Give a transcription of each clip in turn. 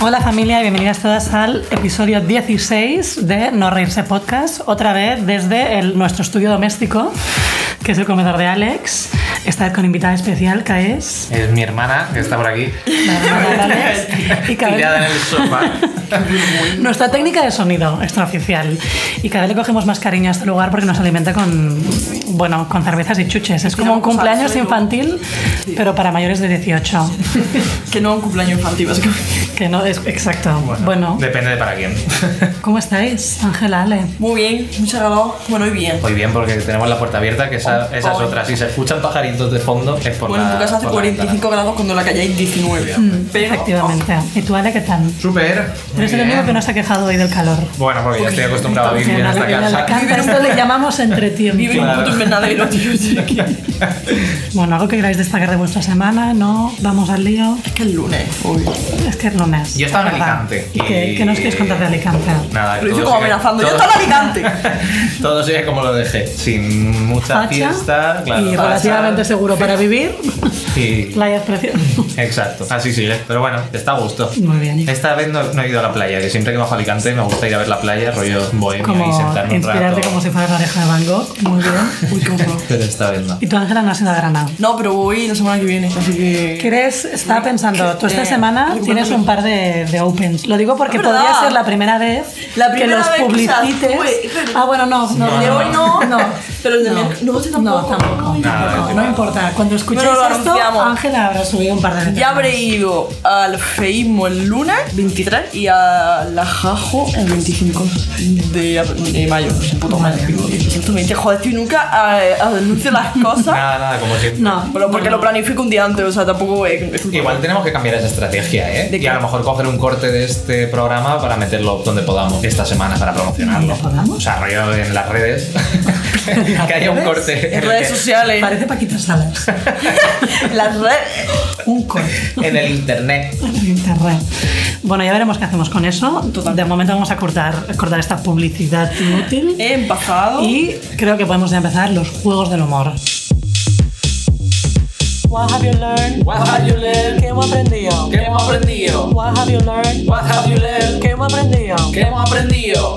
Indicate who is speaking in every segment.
Speaker 1: Hola familia y bienvenidas todas al episodio 16 de No Reírse Podcast, otra vez desde el- nuestro estudio doméstico, que es el comedor de Alex. Esta vez con invitada especial, que es...
Speaker 2: Es mi hermana que está por aquí,
Speaker 1: la hermana de Alex, y cada vez-
Speaker 2: tirada en el sofá.
Speaker 1: Nuestra técnica de sonido extraoficial. Y cada vez le cogemos más cariño a este lugar porque nos alimenta con, bueno, con cervezas y chuches. Es como un
Speaker 3: tiramos al
Speaker 1: cumpleaños
Speaker 3: suelo.
Speaker 1: infantil, pero para mayores de 18.
Speaker 3: Que no un cumpleaños infantil, básicamente.
Speaker 1: Que no es exacto. Bueno,
Speaker 2: Depende de para quién.
Speaker 1: ¿cómo estáis, Ángela Ale?
Speaker 3: Muy bien, mucha calor. Bueno, y bien.
Speaker 2: Hoy bien, porque tenemos la puerta abierta, que
Speaker 1: Oh.
Speaker 2: esa, esa es otra. Si se escuchan pajaritos de fondo, es por
Speaker 3: Bueno,
Speaker 2: la
Speaker 3: en tu casa hace
Speaker 2: por la ventana.
Speaker 3: 45 grados cuando en la calle hay 19. Pero,
Speaker 1: Efectivamente. ¿Y tú, Ale, qué tal?
Speaker 2: Súper. muy
Speaker 1: Eres el
Speaker 2: bien.
Speaker 1: único que no se ha quejado hoy del calor.
Speaker 2: Bueno, porque ya estoy acostumbrado a vivir en esta
Speaker 1: Mira, la
Speaker 2: casa.
Speaker 1: canta, esto le llamamos
Speaker 3: oh, vive
Speaker 1: entretiempo.
Speaker 3: en un
Speaker 2: Claro.
Speaker 3: puto invernadero, tío. sí. Es
Speaker 1: Bueno, algo que queráis destacar de vuestra semana, ¿no? Vamos al lío.
Speaker 3: que el lunes, obvio.
Speaker 1: Es que es lunes.
Speaker 2: Yo estaba en
Speaker 1: ¿verdad?
Speaker 2: Alicante,
Speaker 1: ¿Y qué,
Speaker 2: y-
Speaker 1: qué nos quieres contar de Alicante?
Speaker 2: Nada,
Speaker 3: Lo hice
Speaker 2: todo
Speaker 3: como
Speaker 2: sigue-
Speaker 3: amenazando. ¡Yo
Speaker 2: todo-
Speaker 3: estaba Alicante!
Speaker 2: Todo sigue como lo dejé. Sin mucha
Speaker 1: Facha
Speaker 2: fiesta, claro.
Speaker 1: y
Speaker 2: facha,
Speaker 1: relativamente seguro para vivir.
Speaker 2: y-
Speaker 1: Playas preciosas.
Speaker 2: Exacto, así sigue. Pero bueno, está a gusto.
Speaker 1: Muy bien.
Speaker 2: Esta vez no, no he ido a la playa, que siempre que bajo a Alicante me gusta ir a ver la playa, rollo bohemia y
Speaker 1: Como
Speaker 2: sentarme un
Speaker 1: inspirarte
Speaker 2: rato.
Speaker 1: como si fueras la oreja de Van Gogh. Muy bien.
Speaker 3: Uy, qué horror.
Speaker 2: Pero esta vez no.
Speaker 1: Y tú, Ángela, no has ido a Granada.
Speaker 3: No, pero voy la semana que viene, así que...
Speaker 1: ¿Quieres? Estaba pensando, tú esta
Speaker 3: Eh,
Speaker 1: semana
Speaker 3: recuerdo
Speaker 1: tienes
Speaker 3: que-
Speaker 1: un par de, de opens. Lo digo porque
Speaker 3: Es verdad.
Speaker 1: podría ser la primera vez
Speaker 3: La primera
Speaker 1: que
Speaker 3: vez
Speaker 1: los
Speaker 3: quizás,
Speaker 1: publicites.
Speaker 3: fue- fue-
Speaker 1: ah, bueno, no, no,
Speaker 3: El de hoy no, no. Pero el de
Speaker 1: No.
Speaker 3: miércoles- no, este
Speaker 1: No,
Speaker 3: tampoco.
Speaker 1: tampoco.
Speaker 3: Ay,
Speaker 2: Nada,
Speaker 1: No, importa, cuando escuchéis
Speaker 3: No lo
Speaker 1: esto,
Speaker 3: anunciamos.
Speaker 1: Ángela habrá subido un par de veces.
Speaker 3: Ya habré ido al feísmo el lunes 23 y a la jajo el 25 de, de mayo. No sé, puto madre. tengo 120. Joder, tío, nunca eh, anuncio las cosas.
Speaker 2: Nada, nada, como siempre.
Speaker 1: No,
Speaker 3: Pero porque lo planifico un día antes, o sea, tampoco es. es culpa
Speaker 2: Igual tenemos que cambiar esa estrategia, ¿eh?
Speaker 3: ¿De
Speaker 2: Y
Speaker 3: qué?
Speaker 2: a lo mejor coger un corte de este programa para meterlo donde podamos esta semana para promocionarlo.
Speaker 1: ¿Dónde podamos?
Speaker 2: O sea, rollo en las redes. que haya un
Speaker 1: redes?
Speaker 2: corte. en
Speaker 3: En
Speaker 2: el
Speaker 3: redes
Speaker 2: que-
Speaker 3: sociales.
Speaker 1: Parece Paquita Salas.
Speaker 3: Las redes.
Speaker 1: un corte.
Speaker 2: En el internet.
Speaker 1: Internet. Bueno, ya veremos qué hacemos con eso. De momento vamos a cortar, cortar esta publicidad inútil.
Speaker 3: En pasado.
Speaker 1: Y creo que podemos ya empezar los juegos del humor. What have you learned?
Speaker 2: What have you learned?
Speaker 1: ¿Qué hemos aprendido?
Speaker 2: ¿Qué hemos aprendido?
Speaker 1: What have you learned?
Speaker 2: What have you learned?
Speaker 1: ¿Qué hemos aprendido?
Speaker 2: ¿Qué hemos aprendido?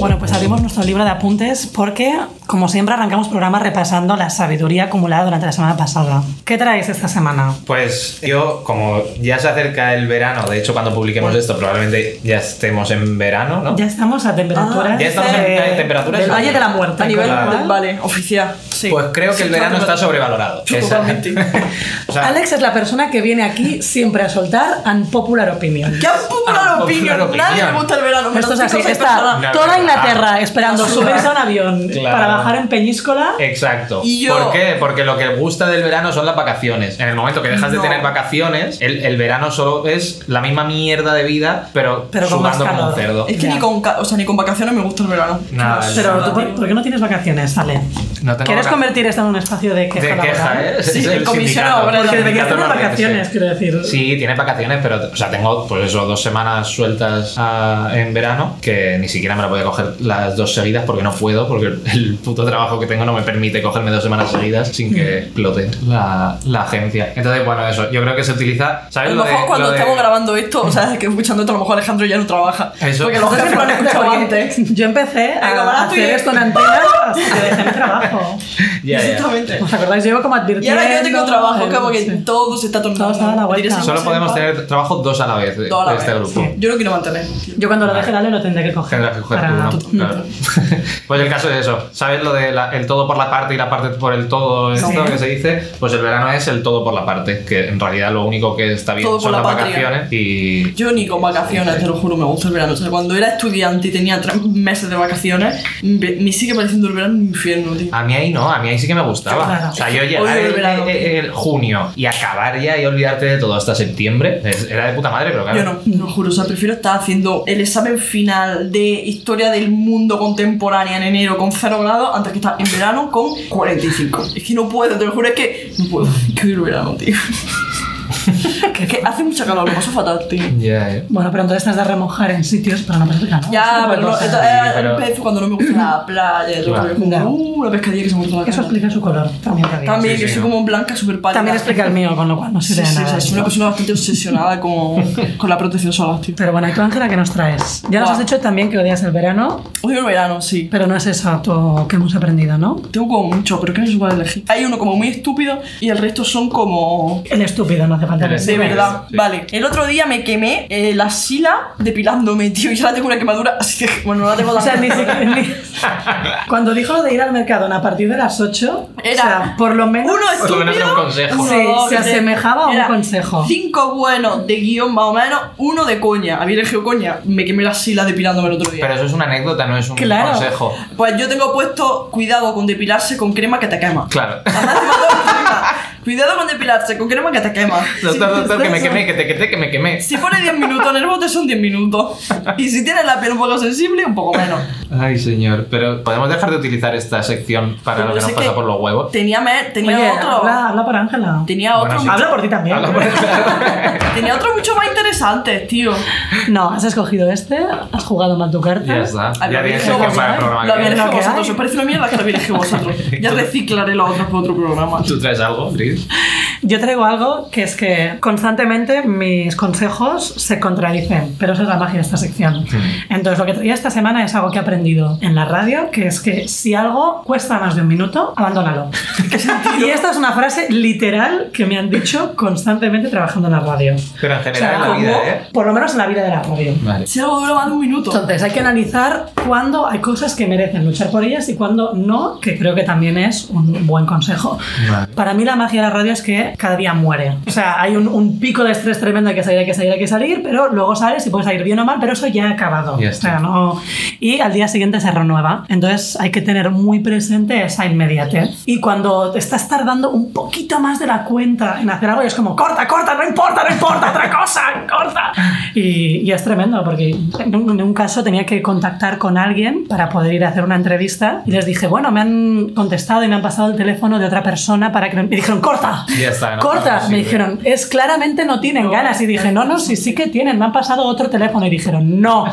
Speaker 1: Bueno, pues abrimos nuestro libro de apuntes porque, como siempre, arrancamos programa repasando la sabiduría acumulada durante la semana pasada. ¿Qué traéis esta semana?
Speaker 2: Pues yo, como ya se acerca el verano, de hecho cuando publiquemos esto probablemente ya estemos en verano, ¿no?
Speaker 1: Ya estamos a temperaturas.
Speaker 3: Ah,
Speaker 2: ya estamos en
Speaker 1: de-
Speaker 2: en temperaturas
Speaker 1: Del Valle de la Muerte.
Speaker 3: A nivel.
Speaker 1: con lo
Speaker 2: claro.
Speaker 1: cual-
Speaker 3: Vale, oficial. Sí.
Speaker 2: Pues creo que el
Speaker 3: Sí,
Speaker 2: verano
Speaker 3: claro,
Speaker 2: está sobrevalorado. Esa-
Speaker 3: Totalmente.
Speaker 2: o sea,
Speaker 1: Alex es la persona que viene aquí siempre a soltar unpopular opinion.
Speaker 3: ¡Qué popular
Speaker 2: Ah,
Speaker 3: opinión!
Speaker 2: popular
Speaker 3: Nadie
Speaker 2: opinion.
Speaker 3: le gusta el verano. menos
Speaker 1: Esto es así,
Speaker 3: cinco o seis
Speaker 1: está
Speaker 3: personas.
Speaker 2: No,
Speaker 1: toda
Speaker 2: no,
Speaker 1: Inglaterra esperando subirse a un avión
Speaker 2: Claro.
Speaker 1: para bajar en Peñíscola.
Speaker 2: Exacto.
Speaker 3: Y yo-
Speaker 2: ¿Por qué? Porque lo que gusta del verano son las vacaciones. En el momento que dejas
Speaker 3: No.
Speaker 2: de tener vacaciones, el, el verano solo es la misma mierda de vida, pero,
Speaker 1: Pero con más
Speaker 2: sudando como un
Speaker 1: calor.
Speaker 2: cerdo.
Speaker 3: Es que
Speaker 1: Ya.
Speaker 3: ni con, ca- o sea, ni con vacaciones me gusta el verano.
Speaker 2: Nada, el
Speaker 1: Pero
Speaker 2: verano-
Speaker 1: tú, ¿por, por qué no tienes vacaciones, Ale?
Speaker 2: No tengo
Speaker 1: ¿Quieres
Speaker 2: vaca-
Speaker 1: convertir esto en un espacio de queja
Speaker 2: de queja,
Speaker 1: laboral?
Speaker 2: ¿eh?
Speaker 3: Sí,
Speaker 2: Es el
Speaker 3: comisión
Speaker 2: sindicato.
Speaker 3: obrera.
Speaker 2: El
Speaker 1: Porque deberías
Speaker 2: sindicato
Speaker 1: tener
Speaker 2: no merece.
Speaker 1: vacaciones, quiero decir.
Speaker 2: Sí, tiene vacaciones, pero o sea, tengo pues eso, dos semanas sueltas ah, en verano que ni siquiera me la voy a coger las dos seguidas porque no puedo, porque el puto trabajo que tengo no me permite cogerme dos semanas seguidas sin que
Speaker 3: Mm.
Speaker 2: explote la, la agencia. Entonces, bueno, eso, yo creo que se utiliza,
Speaker 3: A
Speaker 2: ¿sabes?
Speaker 3: lo
Speaker 2: lo
Speaker 3: mejor
Speaker 2: de-
Speaker 3: cuando
Speaker 2: lo de-
Speaker 3: estamos grabando esto, o sea, que escuchando esto, a lo mejor Alejandro ya no trabaja.
Speaker 2: Eso.
Speaker 3: Porque los jefes lo han escuchado
Speaker 1: Porque
Speaker 3: antes.
Speaker 1: Yo empecé
Speaker 3: Venga,
Speaker 1: a
Speaker 3: ahora tú y-
Speaker 1: hacer esto en antena así que dejé mi trabajo.
Speaker 2: Ya, ya.
Speaker 3: Exactamente.
Speaker 1: ¿Os acordáis? Llevo como
Speaker 3: Y
Speaker 1: advirtiendo.
Speaker 3: ahora yo tengo trabajo,
Speaker 1: el-
Speaker 3: como que
Speaker 1: sí.
Speaker 3: todo se está tornando.
Speaker 1: Todo está a la vuelta.
Speaker 3: Diré,
Speaker 2: Solo
Speaker 3: sí,
Speaker 2: podemos
Speaker 3: sí,
Speaker 2: tener trabajo dos a la vez de
Speaker 3: todo a la
Speaker 2: de este
Speaker 3: vez.
Speaker 2: grupo.
Speaker 3: Sí. Yo lo quiero mantener.
Speaker 1: Yo cuando lo deje, Ale, lo tendré que coger.
Speaker 2: Tendrás que coger
Speaker 1: para-
Speaker 2: tú, ¿no? Claro. Pues el caso es eso, ¿sabes lo de la- el todo por la parte y la parte por el todo esto
Speaker 1: Sí.
Speaker 2: que se dice? Pues el verano es el todo por la parte, que en realidad lo único que está bien
Speaker 3: Todo
Speaker 2: son
Speaker 3: por
Speaker 2: las
Speaker 3: la patria.
Speaker 2: vacaciones y...
Speaker 3: Yo ni con vacaciones, te lo juro, me gusta el verano. O sea, cuando era estudiante y tenía tres meses de vacaciones, me me sigue pareciendo el verano un infierno, tío.
Speaker 2: A mí ahí no, a mí ahí sí que me gustaba.
Speaker 1: Claro.
Speaker 2: O sea, yo llegar
Speaker 3: Odio el
Speaker 2: el,
Speaker 3: verano.
Speaker 2: el- el junio y acabar ya y olvidarte de todo hasta septiembre, es- era de puta madre, pero Ah, claro.
Speaker 3: Yo no, te lo juro, o sea, prefiero estar haciendo el examen final de historia del mundo contemporánea en enero con 0 grados antes que estar en verano con 45. Es que no puedo, te lo juro, es que no puedo. Es que odio el verano, tío. que, que hace mucha calor, lo paso fatal, tío.
Speaker 2: Ya, ya.
Speaker 1: Bueno, pero entonces te has de remojar en sitios para no pasar calor. Ese
Speaker 3: Ya,
Speaker 1: tipo de
Speaker 3: pero no,
Speaker 1: cosas.
Speaker 3: esto era
Speaker 2: Sí, pero-
Speaker 3: el pez cuando no me gusta la playa, yo
Speaker 2: Claro.
Speaker 3: creo que como,
Speaker 1: No.
Speaker 3: uh, la pescadilla que se me hizo la
Speaker 1: Eso
Speaker 3: cara.
Speaker 1: explica su color. También, te digo.
Speaker 3: También,
Speaker 2: Sí,
Speaker 3: que
Speaker 2: sí,
Speaker 3: soy
Speaker 2: ¿no?
Speaker 3: como blanca, súper pálida.
Speaker 1: También explica el mío, con lo cual no
Speaker 3: Sí,
Speaker 1: sirve
Speaker 3: sí,
Speaker 1: de
Speaker 3: o
Speaker 1: nada.
Speaker 3: sea, soy una
Speaker 1: esto.
Speaker 3: persona bastante obsesionada con, con la protección solar, tío.
Speaker 1: Pero bueno, ¿y tú, Ángela, qué nos traes? Ya nos
Speaker 3: Buah.
Speaker 1: has dicho también que odias el verano,
Speaker 3: Odio el verano, sí.
Speaker 1: pero no es eso tú- que hemos aprendido, ¿no?
Speaker 3: Tengo como mucho, pero que no sé cuál elegir. Hay uno como muy estúpido y el resto son como
Speaker 1: El estúpido, no hace falta que
Speaker 2: El
Speaker 3: De
Speaker 2: Sí,
Speaker 3: verdad,
Speaker 2: sí.
Speaker 3: vale. El otro día me quemé eh, la sila depilándome, tío. Y ahora tengo una quemadura, así que, bueno, no la tengo
Speaker 1: O
Speaker 3: tan
Speaker 1: sea, ni siquiera- ni- Cuando dijo lo de ir al mercado a partir de las 8,
Speaker 3: Era
Speaker 1: o sea, por lo menos.
Speaker 3: Uno
Speaker 2: Por lo menos era
Speaker 3: estúpido,
Speaker 2: un consejo.
Speaker 3: uno,
Speaker 1: Sí,
Speaker 3: dos,
Speaker 1: se
Speaker 3: tres.
Speaker 1: asemejaba a un
Speaker 3: Era
Speaker 1: consejo.
Speaker 3: Cinco buenos de guión, más o menos, uno de coña. A mí elegido coña, me quemé la sila depilándome el otro día.
Speaker 2: Pero eso es una anécdota, no es un
Speaker 1: Claro.
Speaker 2: consejo.
Speaker 3: Pues yo tengo puesto cuidado con depilarse con crema que te quema.
Speaker 2: Claro.
Speaker 3: Además, me mandó con crema. Cuidado con depilarse con crema que te quema.
Speaker 2: Doctor,
Speaker 3: Sí,
Speaker 2: doctor, que me
Speaker 3: eso.
Speaker 2: quemé, que te quemé, que me quemé.
Speaker 3: Si pone 10 minutos en el bote son 10 minutos. Y si tienes la piel un poco sensible, un poco menos.
Speaker 2: Ay, señor. Pero podemos dejar de utilizar esta sección para
Speaker 3: Pero
Speaker 2: lo que
Speaker 3: es
Speaker 2: nos pasa
Speaker 3: que
Speaker 2: por los huevos.
Speaker 3: Tenía, me- tenía
Speaker 1: Oye,
Speaker 3: otro.
Speaker 1: habla, habla por Ángela.
Speaker 3: Tenía
Speaker 2: Bueno,
Speaker 3: otro.
Speaker 2: sí.
Speaker 1: Habla por ti también.
Speaker 2: Habla por-
Speaker 3: Tenía otro mucho más interesante, tío.
Speaker 1: No, has escogido este, has jugado mal tu carta.
Speaker 2: Ya está.
Speaker 3: Al
Speaker 2: Ya tienes
Speaker 3: lo dije
Speaker 2: sección
Speaker 3: vosotros,
Speaker 2: para el
Speaker 3: ¿eh?
Speaker 2: programa.
Speaker 3: Lo
Speaker 2: que
Speaker 3: había
Speaker 2: viene.
Speaker 1: viene.
Speaker 3: elegido
Speaker 1: Lo que
Speaker 3: vosotros.
Speaker 1: hay.
Speaker 3: Os parece una mierda que lo había elegido vosotros. Ya reciclaré los otros para otro programa.
Speaker 2: ¿Tú traes algo, Chris?
Speaker 1: Yo traigo algo que es que constantemente mis consejos se contradicen, pero esa es la magia de esta sección. Entonces, lo que traía esta semana es algo que he aprendido en la radio, que es que si algo cuesta más de un minuto, abandónalo. y esta es una frase literal que me han dicho constantemente trabajando en la radio.
Speaker 2: Pero en
Speaker 1: O sea,
Speaker 2: general en la
Speaker 1: como-
Speaker 2: vida, ¿eh?
Speaker 1: Por lo menos en la vida de la radio.
Speaker 2: Vale.
Speaker 3: Si algo dura más de un minuto.
Speaker 1: Entonces hay que analizar cuándo hay cosas que merecen luchar por ellas y cuándo no, que creo que también es un buen consejo.
Speaker 2: Vale.
Speaker 1: Para mí la magia de la radio es que cada día muere. O sea, hay un, un pico de estrés tremendo, hay que salir, hay que salir, hay que salir, pero luego sales y puedes salir bien o mal, pero eso ya ha acabado.
Speaker 2: Ya
Speaker 1: O sea,
Speaker 2: está.
Speaker 1: no- Y al día siguiente se renueva. Entonces hay que tener muy presente esa inmediatez. Y cuando te estás tardando un poquito más de la cuenta en hacer algo, y es como, corta, corta, no importa, no importa, otra cosa, corta. Y, y es tremendo, porque en un, en un caso tenía que contactar con alguien para poder ir a hacer una entrevista. Y les dije, bueno, me han contestado y me han pasado el teléfono de otra persona para que... no-". Me dijeron, corta.
Speaker 2: Ya está, no,
Speaker 1: corta.
Speaker 2: no
Speaker 1: me
Speaker 2: sirve.
Speaker 1: dijeron, es claramente no tienen ganas. Y dije, no, no, sí, sí que tienen. Me han pasado otro teléfono. Y dijeron, no,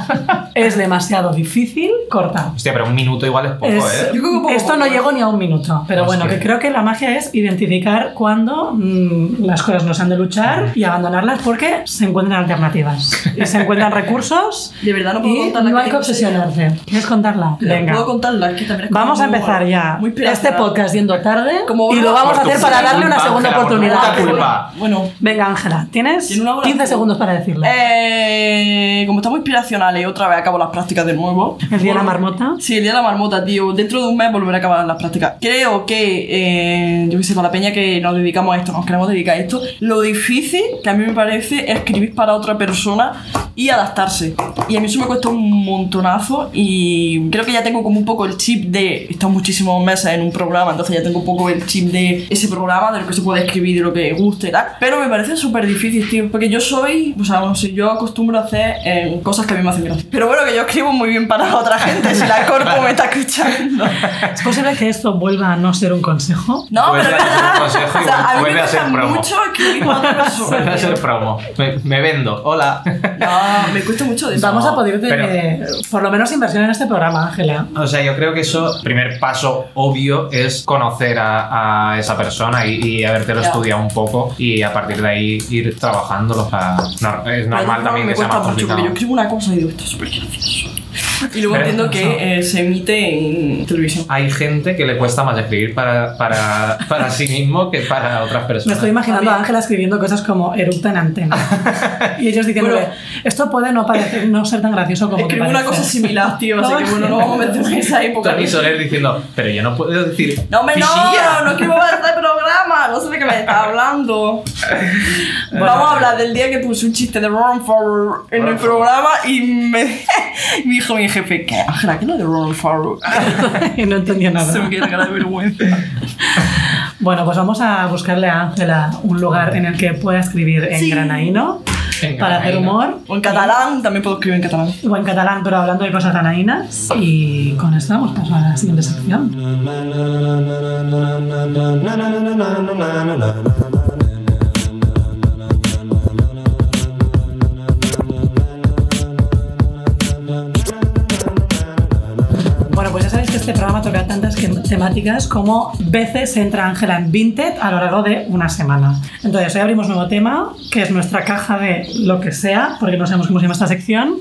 Speaker 1: es demasiado difícil, corta.
Speaker 2: Hostia, pero un minuto igual es poco,
Speaker 1: Es-
Speaker 2: ¿eh?
Speaker 3: Yo creo que poco,
Speaker 1: esto no
Speaker 3: poco.
Speaker 1: llegó ni a un minuto, pero
Speaker 2: Hostia.
Speaker 1: bueno, que creo que la magia es identificar cuando mm, las cosas nos han de luchar y abandonarlas porque se encuentran alternativas y se encuentran recursos
Speaker 3: De verdad no puedo
Speaker 1: y
Speaker 3: contar la
Speaker 1: no hay que
Speaker 3: tengo.
Speaker 1: obsesionarse. ¿Quieres contarla? Venga.
Speaker 3: Puedo contarla, es que también es como
Speaker 1: Vamos a
Speaker 3: muy-
Speaker 1: empezar ya
Speaker 3: muy
Speaker 1: este
Speaker 3: pirata.
Speaker 1: podcast yendo tarde
Speaker 3: Como
Speaker 1: y lo vamos a
Speaker 2: Por Pues tu
Speaker 1: hacer para
Speaker 2: puta
Speaker 1: darle una
Speaker 2: culpa,
Speaker 1: segunda
Speaker 2: Ángela, por tu puta
Speaker 1: oportunidad.
Speaker 2: culpa.
Speaker 3: Bueno,
Speaker 1: Venga, Ángela, tienes
Speaker 3: Tiene una hora
Speaker 1: 15
Speaker 3: de-
Speaker 1: segundos para decirlo.
Speaker 3: eh, como estamos inspiracionales, otra vez acabo las prácticas de nuevo.
Speaker 1: El día de la marmota.
Speaker 3: Sí, el día de la marmota, tío. Dentro de un mes volveré a acabar las prácticas. Creo que, eh, yo qué sé, para la peña que nos dedicamos a esto, nos queremos dedicar a esto, lo difícil que a mí me parece es escribir para otra persona y adaptarse. Y a mí eso me cuesta un montonazo y creo que ya tengo como un poco el chip de, he estado muchísimos meses en un programa, entonces ya tengo un poco el chip de ese programa, de lo que se puede escribir, de lo que guste y tal. Pero me parece súper difícil, tío, porque yo soy, o sea, no sé, yo acostumbro a hacer eh, cosas que a mí me hacen gracia. Pero bueno, que yo escribo muy bien para otra gente, si la corpo me está escuchando.
Speaker 1: ¿Es posible que esto vuelva a no ser un consejo?
Speaker 3: No,
Speaker 2: Vuelve
Speaker 3: pero
Speaker 2: a
Speaker 3: es
Speaker 2: ser
Speaker 3: verdad.
Speaker 2: consejo y
Speaker 3: o sea, a mí
Speaker 2: vuelve
Speaker 3: me
Speaker 2: a ser
Speaker 3: cuesta
Speaker 2: promo.
Speaker 3: mucho escribir para otra
Speaker 2: Voy a
Speaker 3: persona.
Speaker 2: hacer promo. Me, me vendo. Hola.
Speaker 3: No, me cuesta mucho de eso.
Speaker 1: Vamos a poder
Speaker 2: pero-
Speaker 1: tener por lo menos inversión en este programa, Ángela.
Speaker 2: O sea, yo creo que eso, primer paso obvio es conocer a, a esa persona y, y haberte lo
Speaker 3: Ya.
Speaker 2: estudiado un poco y a partir de ahí ir trabajándolo. O sea, no- es
Speaker 3: Pero
Speaker 2: normal
Speaker 3: no,
Speaker 2: también
Speaker 3: me
Speaker 2: que sea
Speaker 3: cuesta
Speaker 2: más
Speaker 3: mucho, porque
Speaker 2: complicado.
Speaker 3: yo escribo una cosa y digo, esto es súper gracioso. Y luego
Speaker 2: Pero-
Speaker 3: entiendo que eh, se emite en televisión.
Speaker 2: Hay gente que le cuesta más escribir para, para, para sí mismo que para otras
Speaker 1: Me
Speaker 2: personas.
Speaker 1: estoy imaginando a
Speaker 3: También.
Speaker 1: Ángela escribiendo cosas como eructa en antena. y ellos diciendo,
Speaker 3: Bueno.
Speaker 1: esto puede no, parecer, no ser tan gracioso como te
Speaker 3: Escribo una
Speaker 1: parece".
Speaker 3: cosa similar, tío, así
Speaker 1: No.
Speaker 3: que bueno, no vamos a meter en esa época.
Speaker 1: ¿eh?
Speaker 2: Tony Soler diciendo, pero yo no puedo decir.
Speaker 3: No, hombre,
Speaker 2: "Pisilla".
Speaker 3: no, no escribo para este programa, no sé de qué me está hablando. Vamos a hablar del día que puse un chiste de Ron Farrow en el programa y me, me dijo mi jefe, ¿qué? Ángela, ¿qué es lo de Ron Farrow?
Speaker 1: y no entendía
Speaker 3: Se me
Speaker 1: nada.
Speaker 3: queda cara de vergüenza.
Speaker 1: Bueno, pues vamos a buscarle a Ángela un lugar en el que pueda escribir en
Speaker 3: Sí.
Speaker 1: granaíno
Speaker 2: En
Speaker 1: para hacer
Speaker 2: granaíno.
Speaker 1: humor.
Speaker 3: O en catalán, también puedo escribir en catalán.
Speaker 1: O en catalán, pero hablando de cosas granaínas. Y con esto vamos a pasar a la siguiente sección.
Speaker 4: na na na na na na na na na na na na na na na na na na na
Speaker 1: pues este temáticas como veces entra Ángela en Vinted a lo largo de una semana. Entonces, hoy abrimos nuevo tema, que es nuestra caja de lo que sea, porque no sabemos cómo se llama esta sección,